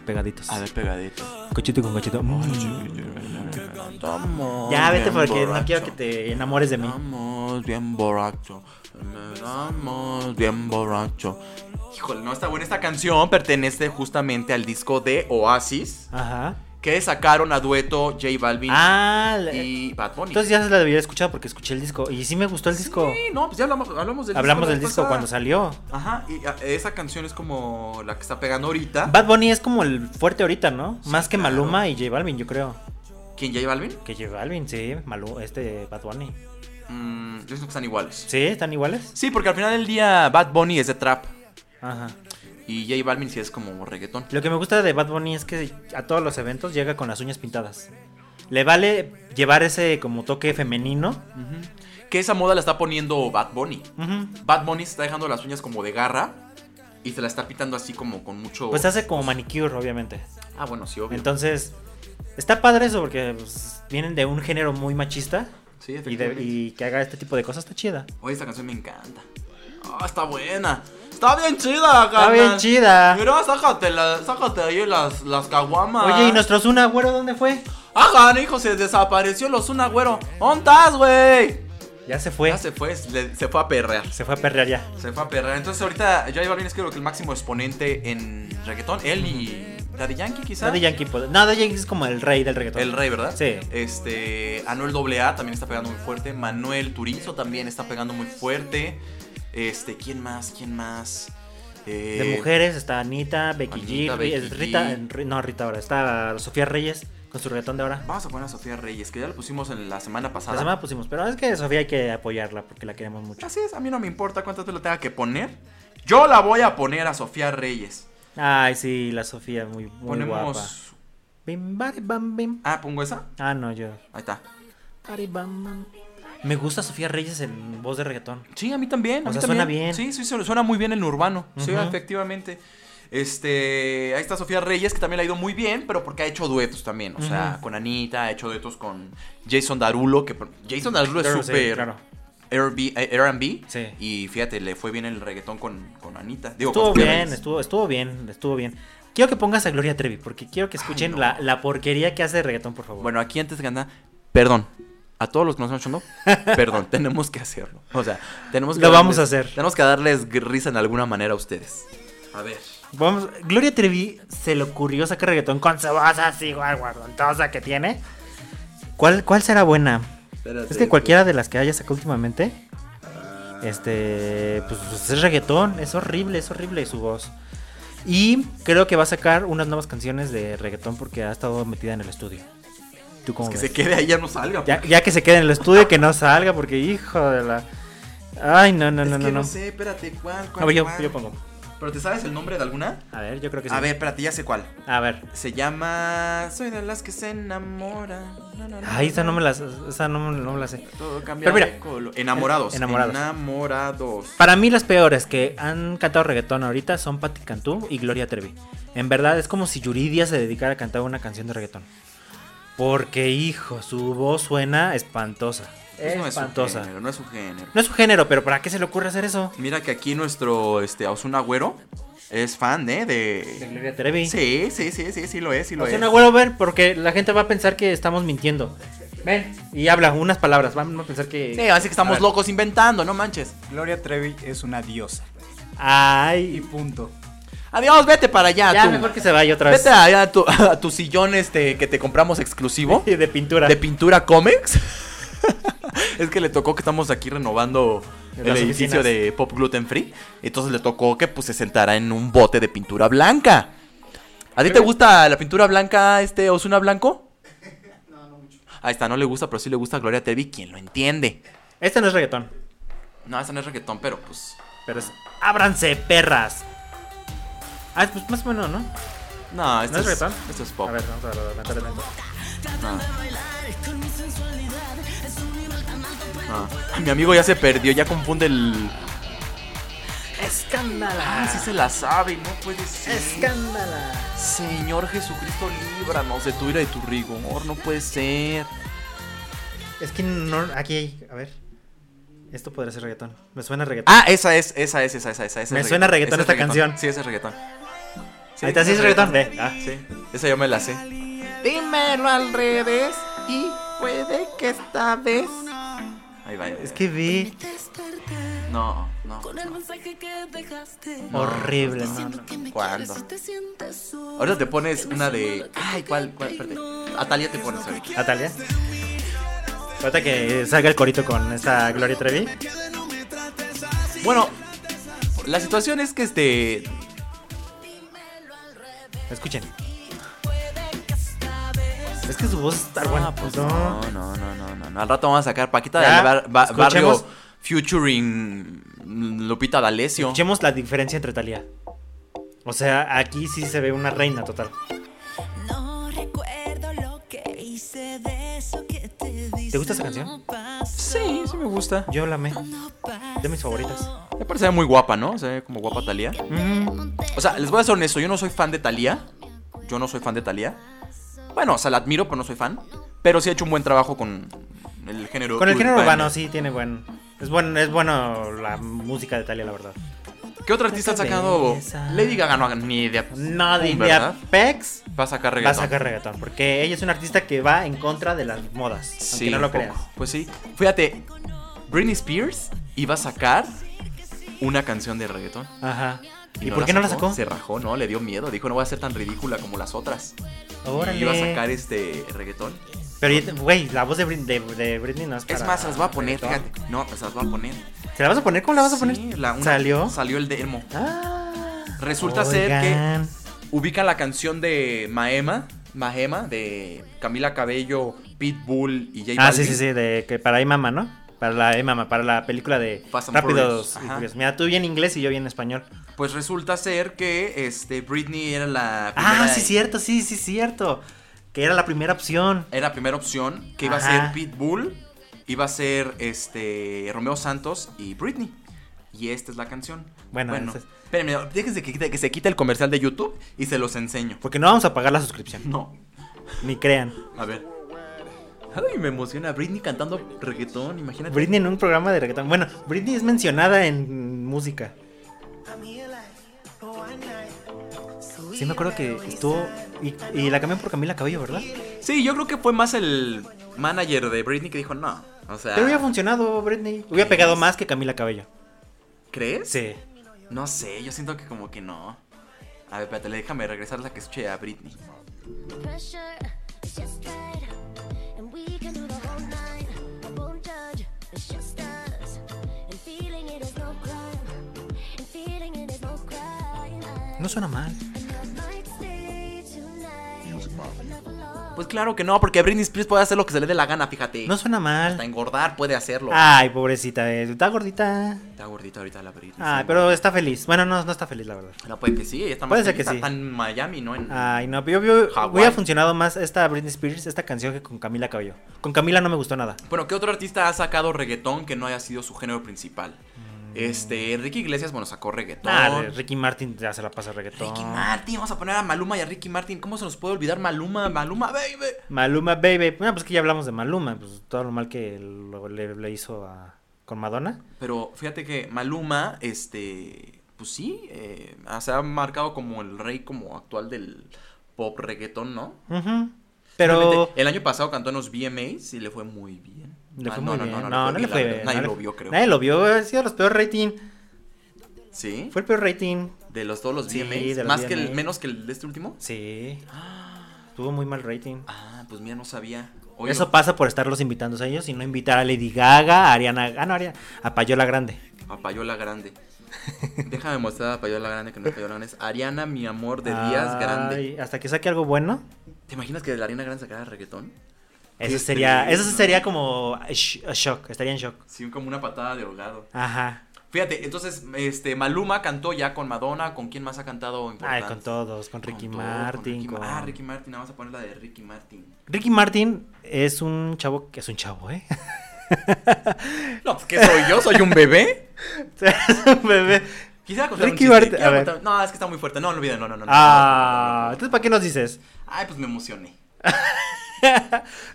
S2: Pegaditos.
S1: A ver, pegadito.
S2: cochito con cochito.
S1: Estamos
S2: Ya, vete
S1: bien
S2: porque no
S1: borracho.
S2: quiero que te enamores de mí.
S1: Estamos bien borracho. Estamos bien borracho. Híjole, no está buena esta canción. Pertenece justamente al disco de Oasis
S2: Ajá.
S1: que sacaron a dueto J Balvin
S2: Ah, la-
S1: y Bad Bunny.
S2: entonces ya se la debería escuchar porque escuché el disco. Y sí me gustó el disco.
S1: Sí, no, pues ya hablamos, hablamos del
S2: Hablamos
S1: la
S2: del
S1: vez
S2: disco
S1: pasada.
S2: cuando salió.
S1: Ajá, y a- esa canción es como la que está pegando ahorita.
S2: Bad Bunny es como el fuerte ahorita, ¿no?
S1: Sí,
S2: Más que
S1: claro.
S2: Maluma y J Balvin, yo creo.
S1: ¿Quién, J Balvin?
S2: Que J Balvin, sí. Maluma, este Bad Bunny.
S1: Mm, yo siento que están iguales.
S2: ¿Sí? ¿Están iguales?
S1: Sí, porque al final del día Bad Bunny es de trap
S2: Ajá.
S1: y J Balvin sí es como reggaetón.
S2: Lo que me gusta de Bad Bunny es que a todos los eventos llega con las uñas pintadas. Le vale llevar ese como toque femenino.
S1: Que esa moda la está poniendo Bad Bunny.
S2: Ujú.
S1: Bad Bunny se está dejando las uñas como de garra y se la está pintando así como con mucho.
S2: Pues hace como manicure, obviamente.
S1: Ah, bueno, sí, obvio.
S2: Entonces, está padre eso porque pues, vienen de un género muy machista.
S1: sí,
S2: Y, de-
S1: efectivamente.
S2: y que haga este tipo de cosas está chida.
S1: Oye, esta canción me encanta. Ah, está buena. Está bien chida,
S2: Está bien chida.
S1: Mira, sácate, la- sácate ahí las, las caguamas.
S2: Oye, ¿y nuestro Zuna, güero, dónde fue?
S1: Ajá, hijo, se desapareció los un agüero. ¿Dónde estás, güey?
S2: Ya se fue.
S1: Ya se fue, le- se fue a perrear.
S2: Se fue a perrear ya.
S1: Se fue a perrear. Entonces, ahorita J Balvin es creo que el máximo exponente en reggaetón. Él y Daddy Yankee, quizás.
S2: Daddy Yankee. pod- No, Daddy Yankee es como el rey del reggaetón.
S1: El rey, ¿verdad?
S2: Sí.
S1: Este, Anuel AA también está pegando muy fuerte. Manuel Turizo también está pegando muy fuerte. Este, ¿quién más? ¿Quién más? Eh,
S2: De mujeres está Anita, Becky
S1: Anita,
S2: G, Ri- es
S1: Becky
S2: Rita,
S1: G.
S2: Ri- no, Rita ahora, está Sofía Reyes con su reggaetón de ahora.
S1: Vamos a poner a Sofía Reyes, que ya la pusimos en la semana pasada.
S2: La semana pusimos, pero es que Sofía hay que apoyarla porque la queremos mucho.
S1: Así es, a mí no me importa cuánto te lo tenga que poner. Yo la voy a poner a Sofía Reyes.
S2: Ay, sí, la Sofía, muy, muy
S1: Ponemos.
S2: guapa. Bim, bari, bam, bim.
S1: Ah, pongo esa.
S2: Ah, no, yo.
S1: Ahí está.
S2: Bari, bam, bam. Me gusta Sofía Reyes en voz de reggaetón.
S1: Sí, a mí también. a mí
S2: O sea, suena
S1: también.
S2: bien.
S1: Sí, sí, su- suena muy bien en urbano. Sí,
S2: Ujú.
S1: efectivamente. Este, ahí está Sofía Reyes, que también le ha ido muy bien, pero porque ha hecho duetos también. O sea, con Anita, ha hecho duetos con Jason Darulo, que por- Jason Darulo
S2: Claro,
S1: es
S2: sí,
S1: súper
S2: claro.
S1: R&B. eh, R&B,
S2: Sí.
S1: Y fíjate, le fue bien el reggaetón con, con Anita. Digo, con
S2: Estuvo
S1: Sofía
S2: bien,
S1: Reyes.
S2: estuvo, estuvo bien, estuvo bien. Quiero que pongas a Gloria Trevi porque quiero que escuchen
S1: no.
S2: la, la porquería que hace de reggaetón, por favor.
S1: Bueno, aquí antes de que nada, perdón. A todos los que nos están escuchando, perdón, tenemos que hacerlo. O sea, tenemos que
S2: Lo vamos
S1: darles-
S2: a hacer.
S1: Tenemos que darles risa en alguna manera a ustedes. A ver.
S2: Vamos, Gloria Trevi se le ocurrió sacar reggaetón con su voz así guar- guardantosa que tiene. ¿Cuál, cuál será buena?
S1: Espérate,
S2: Es que cualquiera de las que haya sacado últimamente, este, pues, pues, es reggaetón, es horrible, es horrible su voz. Y creo que va a sacar unas nuevas canciones de reggaetón porque ha estado metida en el estudio. ¿Tú cómo
S1: Que
S2: ves?
S1: se quede ahí, ya no salga.
S2: Ya, ya que se quede en el estudio, que no salga porque hijo de la... Ay, no, no,
S1: pues. Es
S2: no,
S1: que
S2: no, no.
S1: sé, espérate, ¿cuál? cuál
S2: A ver, yo,
S1: cuál?
S2: yo pongo.
S1: ¿Pero te sabes el nombre de alguna?
S2: A ver, yo creo que sí.
S1: A ver, espérate, ya sé cuál.
S2: A ver.
S1: Se llama. Soy de las que se enamora. Na, na, na,
S2: Ay, esa no
S1: na.
S2: me la, esa no, me- no me la sé.
S1: Todo cambia
S2: Pero mira.
S1: de color. Enamorados.
S2: Enamorados.
S1: Enamorados.
S2: Para mí las peores que han cantado reggaetón ahorita son Patti Cantú y Gloria Trevi. En verdad es como si Yuridia se dedicara a cantar una canción de reggaetón. Porque hijo, su voz suena espantosa.
S1: Pues no es un
S2: espantosa.
S1: género, no es un género.
S2: No es su género, pero ¿para qué se le ocurre hacer eso?
S1: Mira que aquí nuestro este, Osuna Agüero es fan, ¿eh? De...
S2: Gloria pues. Trevi.
S1: Sí, sí, sí, sí, sí lo es, sí lo
S2: O sea,
S1: es.
S2: no, güero, ver, porque la gente va a pensar que estamos mintiendo. Ven y habla unas palabras, van a pensar que...
S1: Sí, Eh, así que
S2: A
S1: estamos
S2: ver.
S1: locos inventando, no manches.
S6: Gloria Trevi es una diosa. Y
S2: Ay,
S6: punto.
S1: Adiós, vete para allá,
S2: ya
S1: tú.
S2: mejor que se vaya otra vez.
S1: Vete allá a tu, a tu sillón este que te compramos exclusivo
S2: De pintura.
S1: de pintura cómics. es que le tocó que estamos aquí renovando el
S2: Las
S1: edificio
S2: oficinas.
S1: de Pop Gluten Free. Entonces le tocó que pues se sentara en un bote de pintura blanca. ¿A ti te gusta la pintura blanca, este Osuna Blanco? Ahí está, no le gusta, pero sí le gusta a Gloria Trevi, quien lo entiende.
S2: Este no es reggaetón,
S1: No, esa no es reggaetón, pero pues.
S2: pero es... ¡Ábranse, perras! Ah, pues más o menos, ¿no?
S1: No, esto
S2: ¿No es
S1: es,
S2: reggaetón?
S1: esto es pop.
S2: A ver, vamos a ver, adelante, adelante.
S1: No. No. Ay, Mi amigo ya se perdió, ya confunde el.
S2: Ah,
S1: Escándala. Sí se la sabe, no puede ser.
S2: Escándala.
S1: Señor Jesucristo, líbranos de tu ira y tu rigor, no puede ser.
S2: Es que no, aquí hay, a ver. Esto podría ser reggaetón. Me suena a reggaetón.
S1: Ah, esa es, esa es, esa es, esa es. esa es
S2: Me suena reggaetón
S1: Esa es
S2: esta canción.
S1: Sí, esa es reggaetón.
S2: Ahí está, Ah, sí es reggaetón. Ve. Ah.
S1: Sí, esa yo me la sé. Dímelo al revés y puede que esta vez. Ahí va.
S2: Es que vi
S1: No, no.
S5: Con el mensaje que dejaste.
S2: horrible, no, no.
S5: Diciendo que me
S1: ¿Cuándo?
S5: quieres y te sientes solo.
S1: Ahorita te pones
S5: Que no
S1: una
S5: soy
S1: de.
S5: mala, que
S1: Ay,
S5: te
S1: ¿cuál? ¿Cuál?
S5: caigo y
S1: Espérate.
S5: no
S1: Atalia te pones ahorita.
S2: Natalia. Ahorita que salga el corito con esta Gloria Trevi.
S1: Bueno, la situación es que este.
S2: Escuchen. Es que su voz está buena. Pues
S1: No,
S2: no.
S1: no, no, no, no, no. Al rato vamos a sacar Paquita
S2: Ya,
S1: del bar- ba-
S2: escuchemos.
S1: barrio featuring mm, Lupita D'Alessio.
S2: Escuchemos la diferencia entre Talía. O sea, aquí sí se ve una reina total.
S5: No recuerdo lo que hice de eso que te dije.
S2: ¿Te gusta esa canción?
S1: Sí, sí me gusta.
S2: Yo la amé. De mis favoritas.
S1: Me parece muy guapa, ¿no? Se ve como guapa Talía. O sea, les voy a ser honesto, yo no soy fan de Talía. Yo no soy fan de Talía. Bueno, o sea, la admiro, pero no soy fan. Pero sí ha hecho un buen trabajo con el género
S2: Con el género urbano sí tiene buen. Es bueno, es bueno la música de Talia, la verdad.
S1: ¿Qué otro artista ha sacado?
S2: Belleza.
S1: Lady Gaga no haga ni idea.
S2: Nadie de
S1: ¿Verdad?
S2: Apex
S1: Va a sacar
S2: va a
S1: reggaetón.
S2: sacar reggaetón. Porque ella es una artista que va en contra de las modas. aunque no
S1: un
S2: lo
S1: poco.
S2: creas.
S1: Pues sí. Fíjate, Britney Spears iba a sacar una canción de reggaetón.
S2: Ajá. ¿Y,
S1: no
S2: por qué no la sacó?
S1: Se rajó, ¿no? Le dio miedo. Dijo, no voy a ser tan ridícula como las otras.
S2: Órale.
S1: Y iba a sacar este reggaetón.
S2: Pero, ya te- güey, la voz de, Brit- de, de Britney no es para
S1: Es más, se las voy a poner,
S2: reggaetón.
S1: fíjate. No, se las voy a poner.
S2: ¿Se la vas a poner? ¿Cómo la vas a poner?
S1: Sí, la- una-
S2: ¿Salió?
S1: Salió el demo.
S2: Ah.
S1: Resulta
S2: Oigan.
S1: ser que ubican la canción de Maema, Mahema, de Camila Cabello, Pitbull y J
S2: Ah, sí,
S1: Balvin.
S2: sí, sí, de que para ahí mamá, ¿no? Para la eh, mamá, para la película de
S1: Fast and
S2: Rápidos
S1: Furious,
S2: y
S1: ajá.
S2: Furiosos. Mira, tú bien inglés y yo bien español.
S1: Pues resulta ser que este Britney era la
S2: Ah,
S1: primera- e-
S2: sí, cierto, sí, sí, cierto. Que era la primera opción.
S1: era primera opción, que iba a
S2: Ajá.
S1: ser Pitbull, iba a ser este Romeo Santos y Britney. Y esta es la canción.
S2: Bueno, entonces-
S1: espérenme, déjense que, quite- que se quite el comercial de YouTube y se los enseño.
S2: Porque no vamos a pagar la suscripción.
S1: No,
S2: Ni crean.
S1: a ver. Ay, me emociona Britney cantando reggaetón, imagínate.
S2: Britney en un programa de reggaetón. Bueno, Britney es mencionada en música. Sí, me acuerdo que estuvo. Y, y la cambiaron por Camila Cabello, ¿verdad?
S1: Sí, yo creo que fue más el manager de Britney que dijo, no, o sea...
S2: Pero hubiera funcionado, Britney. Hubiera pegado más que Camila Cabello.
S1: ¿Crees?
S2: Sí.
S1: No sé, yo siento que como que no. A ver, espérate, déjame regresar a la que escuché a Britney.
S7: pressure is just right, and we can do the whole nine.
S2: No suena mal.
S1: Pues claro que no, porque Britney Spears puede hacer lo que se le dé la gana, fíjate.
S2: No Ah. suena
S1: Hasta
S2: mal.
S1: engordar puede hacerlo.
S2: Ay, pobrecita. eh, Está gordita.
S1: Está gordita ahorita la Britney.
S2: Ay,
S1: sí.
S2: Ah, pero está feliz. Bueno, no, no está feliz, la verdad.
S1: No, puede que sí, ella está más
S2: Puede ser que
S1: feliz,
S2: sí. Ah.
S1: está en Miami, ¿no? En...
S2: Ay, no, yo, yo
S1: Hawái.
S2: hubiera funcionado más esta Britney Spears, esta canción que con Camila Cabello. Con Camila no me gustó nada.
S1: Bueno, ¿qué otro artista ha sacado reggaetón que no haya sido su género principal? Este, Enrique Iglesias, bueno, sacó reggaetón.
S2: Mm. Ah, Ricky Martin ya se la pasa reggaetón.
S1: Ricky Martin, vamos a poner a Maluma y a Ricky Martin. ¿Cómo se nos puede olvidar Maluma? Maluma, baby.
S2: Maluma, baby. Bueno, pues que ya hablamos de Maluma, pues todo lo mal que lo- le, le hizo a- con Madonna.
S1: Pero fíjate que Maluma, este, pues sí, eh, se ha marcado como el rey como actual del pop reggaetón, ¿no?
S2: Ujú. Pero
S1: Realmente, el año pasado cantó en los VMAs y le fue muy bien.
S2: le
S1: Ah,
S2: fue
S1: no,
S2: muy
S1: no,
S2: bien.
S1: no, no,
S2: no le
S1: bien,
S2: fue
S1: la
S2: bien,
S1: verdad. Nadie
S2: no le-
S1: lo vio, creo.
S2: Nadie lo vio, ha sido los peores rating.
S1: Sí.
S2: Fue el peor rating.
S1: De los todos los
S2: Sí,
S1: VMAs.
S2: de los
S1: Más que el,
S2: VMAs.
S1: menos que el de este último.
S2: Sí. Tuvo muy mal rating.
S1: Ah, pues mira, no sabía. Oye,
S2: Eso pasa por estarlos invitando a ellos y no invitar a Lady Gaga, a Ariana, ah, no, Ariana- a Payola Grande.
S1: a Payola Grande. Déjame mostrar a Payola Grande, que no es Payola Grande. Es Ariana, mi amor, de Díaz Grande.
S2: Ay, Hasta que saque algo bueno.
S1: ¿Te imaginas que de la Ariana Grande sacara reggaetón?
S2: Eso
S1: Sí,
S2: sería,
S1: sí,
S2: eso
S1: no.
S2: sería como sh- a shock, estaría en shock.
S1: Sí, como una patada de ahogado.
S2: Ajá.
S1: Fíjate, entonces, este, Maluma cantó ya con Madonna. ¿Con quién más ha cantado importante?
S2: Ay, con todos, con Ricky
S1: Con todo, con
S2: Martin.
S1: Ricky Ma-
S2: con-
S1: Ah, Ricky Martin, vamos a poner la de Ricky Martin.
S2: Ricky Martin es un chavo que es un chavo, ¿eh?
S1: No, pues que soy yo, soy un bebé.
S2: Es un bebé.
S1: Quisiera contar
S2: Ricky
S1: un chiste,
S2: Martin,
S1: quiero
S2: a ver.
S1: contar- No, es que está muy fuerte. No, no olvida, no, no, no. no.
S2: Ah, entonces ¿para qué nos dices?
S1: Ay, pues me emocioné.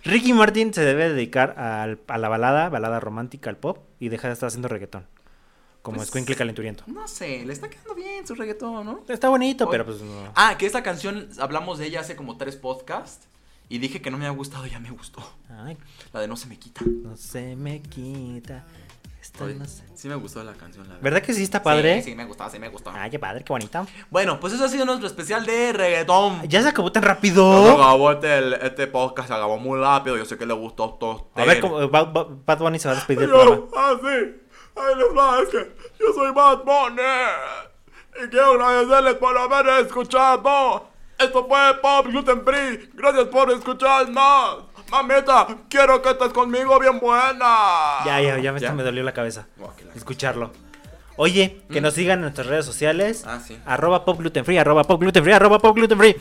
S2: Ricky Martin se debe dedicar al- a la balada, balada romántica, al pop y dejar de estar haciendo reggaetón. Como
S1: Pues-
S2: Squinkle Calenturiento.
S1: No sé, le está quedando bien su reggaetón, ¿no?
S2: Está bonito, pero pues no.
S1: Ah, que esta canción hablamos de ella hace como tres podcasts y dije que no me ha gustado, ya me gustó.
S2: Ay,
S1: La de No se me quita.
S2: no se me quita. Esta
S1: Oye,
S2: no se-
S1: Sí me gustó la canción, la verdad.
S2: ¿Verdad que sí está padre?
S1: Sí, sí me gustó, sí me gustó.
S2: Ay, qué padre, qué bonito.
S1: Bueno, pues eso ha sido nuestro especial de reggaetón.
S2: Ya se acabó tan
S1: Se
S2: rápido.
S1: acabó este, el- este podcast, se acabó muy rápido. Yo sé que le gustó este a todos.
S2: A ver,
S1: ustedes.
S2: cómo- eh, Bad Bad Bunny se va a despedir del programa.
S8: Yo, así, ahí les va, es que yo soy Bad Bunny. Y quiero agradecerles por haber escuchado. Esto fue Pop Gluten Free. Gracias por escucharnos. Mamita, quiero que estés conmigo bien buena.
S2: Ya, ya, ya me,
S1: ¿Ya?
S2: me dolió la cabeza
S1: Oh, que la-
S2: escucharlo. Oye, que nos sigan en nuestras redes sociales.
S1: Mm. Ah, sí.
S2: Arroba pop gluten free, arroba pop gluten free, arroba pop gluten free.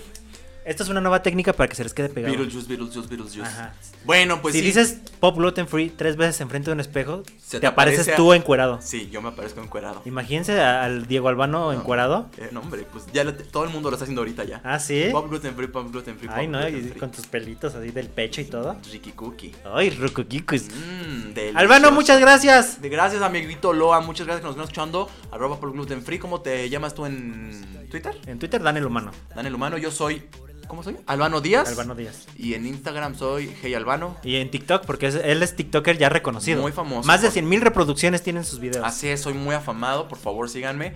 S2: Esta es una nueva técnica para que se les quede pegado.
S1: Beetlejuice, Beetlejuice, Beetlejuice.
S2: Ajá.
S1: Bueno, pues
S2: si
S1: sí.
S2: dices pop gluten free tres veces enfrente de un espejo,
S1: Se
S2: te,
S1: te
S2: apareces
S1: aparece a-
S2: tú encuerado.
S1: Sí, yo me aparezco encuerado.
S2: Imagínense a- al Diego Albano encuerado.
S1: Eh, no, hombre, pues ya lo- todo el mundo lo está haciendo ahorita ya.
S2: Ah, sí.
S1: Pop gluten free, pop gluten free.
S2: Ay,
S1: pop
S2: no,
S1: gluten
S2: y
S1: free.
S2: con tus pelitos así del pecho y todo.
S1: Ricky Cookie.
S2: Ay, rucuquicuis.
S1: Mmm, delicioso.
S2: Albano, muchas gracias.
S1: Gracias, amiguito Loa. Muchas gracias que nos están escuchando. Arroba por gluten free. ¿Cómo te llamas tú en Twitter?
S2: En Twitter dan el humano.
S1: Daniel Humano. Yo soy. ¿Cómo soy? Albano Díaz.
S2: Albano Díaz.
S1: Y en Instagram soy Hey Albano.
S2: Y en TikTok, porque es- él es TikToker ya reconocido.
S1: Muy famoso.
S2: Más de 100.000 reproducciones tienen sus videos.
S1: Así es, soy muy afamado. Por favor, síganme.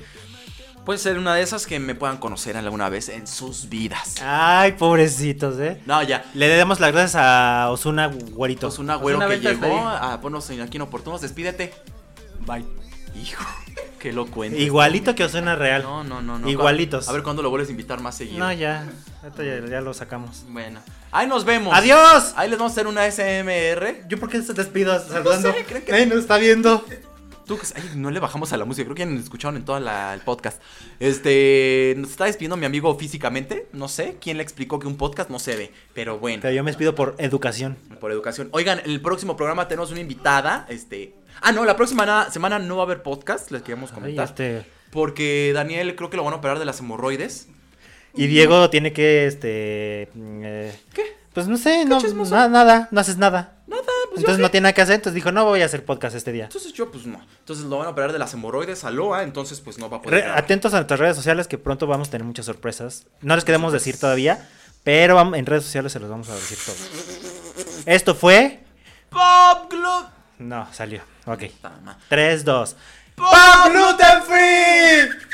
S1: Puede ser una de esas que me puedan conocer alguna vez en sus vidas.
S2: Ay, pobrecitos, eh.
S1: No, ya.
S2: Le damos las gracias a Osuna Guarito.
S1: Entonces, un agüero
S2: Ozuna
S1: que
S2: Veltas
S1: llegó
S2: de-
S1: a ponernos en- aquí inoportunos. Despídete.
S6: Bye.
S1: Hijo, qué lo cuento.
S2: Igualito que Osuna Real.
S1: No, no, no, no.
S2: Igualitos.
S1: A ver cuándo lo vuelves a invitar más seguido.
S2: No, ya. Esto ya, ya lo sacamos.
S1: Bueno. Ahí nos vemos.
S2: ¡Adiós!
S1: Ahí les vamos a hacer una SMR.
S2: ¿Yo por qué te despido saludando?
S1: sé, creo que-
S2: Ey, nos está viendo.
S1: Tú, que- ay, no le bajamos a la música. Creo que ya nos escucharon en todo el podcast. Este, nos está despidiendo mi amigo físicamente. No sé quién le explicó que un podcast no se ve. Pero bueno,
S2: Pero yo me despido por educación.
S1: por educación. Oigan, el próximo programa tenemos una invitada. Este. Ah, no, la próxima na- semana no va a haber podcast. Les queríamos
S2: Ay,
S1: comentar.
S2: este-
S1: Porque Daniel creo que lo van a operar de las hemorroides.
S2: Y Diego tiene que, este... eh,
S1: ¿Qué?
S2: Pues no sé, no,
S1: chismoso?
S2: nada, nada, no haces nada.
S1: Nada, pues yo
S2: Entonces
S1: qué.
S2: no tiene nada que hacer, entonces dijo, no voy a hacer podcast este día.
S1: Entonces yo, pues no. Entonces lo van a operar de las hemorroides a Loa, entonces pues no va a poder.
S2: Re-
S1: grabar.
S2: atentos a nuestras redes sociales que pronto vamos a tener muchas sorpresas. No les queremos decir todavía, pero vam- en redes sociales se los vamos a decir todo. Esto fue...
S1: Pop Gluten.
S2: No, salió. Ok.
S1: Puta madre.
S2: 3, 2.
S1: Pop Gluten Free.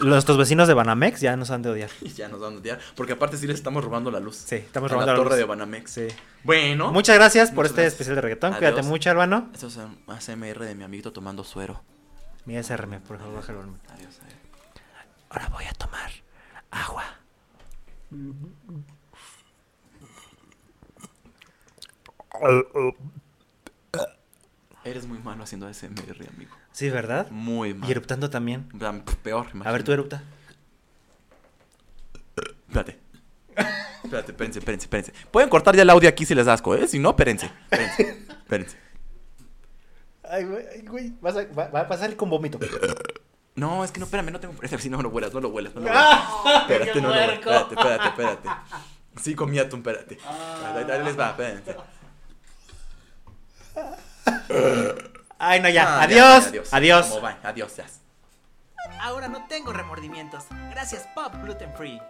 S2: Nuestros vecinos de Banamex ya nos han de odiar.
S1: Y ya nos van a odiar. Porque aparte sí les estamos robando la luz.
S2: Sí, estamos
S1: A
S2: robando la
S1: torre
S2: luz.
S1: de Banamex.
S2: Sí.
S1: Bueno.
S2: Muchas gracias por
S1: Muchas
S2: este
S1: gracias.
S2: especial de reggaetón.
S1: Adiós.
S2: Cuídate mucho, hermano.
S1: Esto es un ASMR de mi amiguito tomando suero.
S2: Mira ese RM, por favor, bájalo. hermano.
S1: Adiós. adiós.
S2: Ahora voy a tomar
S9: agua.
S1: Eres muy malo haciendo ASMR, amigo.
S2: Sí, ¿verdad?
S1: Muy
S2: Y
S1: malo.
S2: eruptando también.
S1: En plan, Peor, imagínate.
S2: A ver, tú er- erupta.
S1: Espérate. Espérate, espérense, espérense, espérense. Pueden cortar ya el audio aquí si les da asco, ¿eh? Si no, espérense. Espérense. espérense.
S2: Ay, güey, ay, güey. Vas a- va, va a pasar con vómito.
S1: No, es que no, espérame, no tengo. Espérate, si no, no lo huelas, no lo huelas, no lo huelas. Espérate, no lo huelas. Espérate, espérate, espérate. Sí, comía tú, espérate. Ahí ahí les va, espérense.
S2: Ay, no, ya.
S1: Ah,
S2: adiós.
S1: ya,
S2: adiós.
S1: Como van, adiós, ya.
S7: Ahora no tengo remordimientos. Gracias, Pop Gluten Free.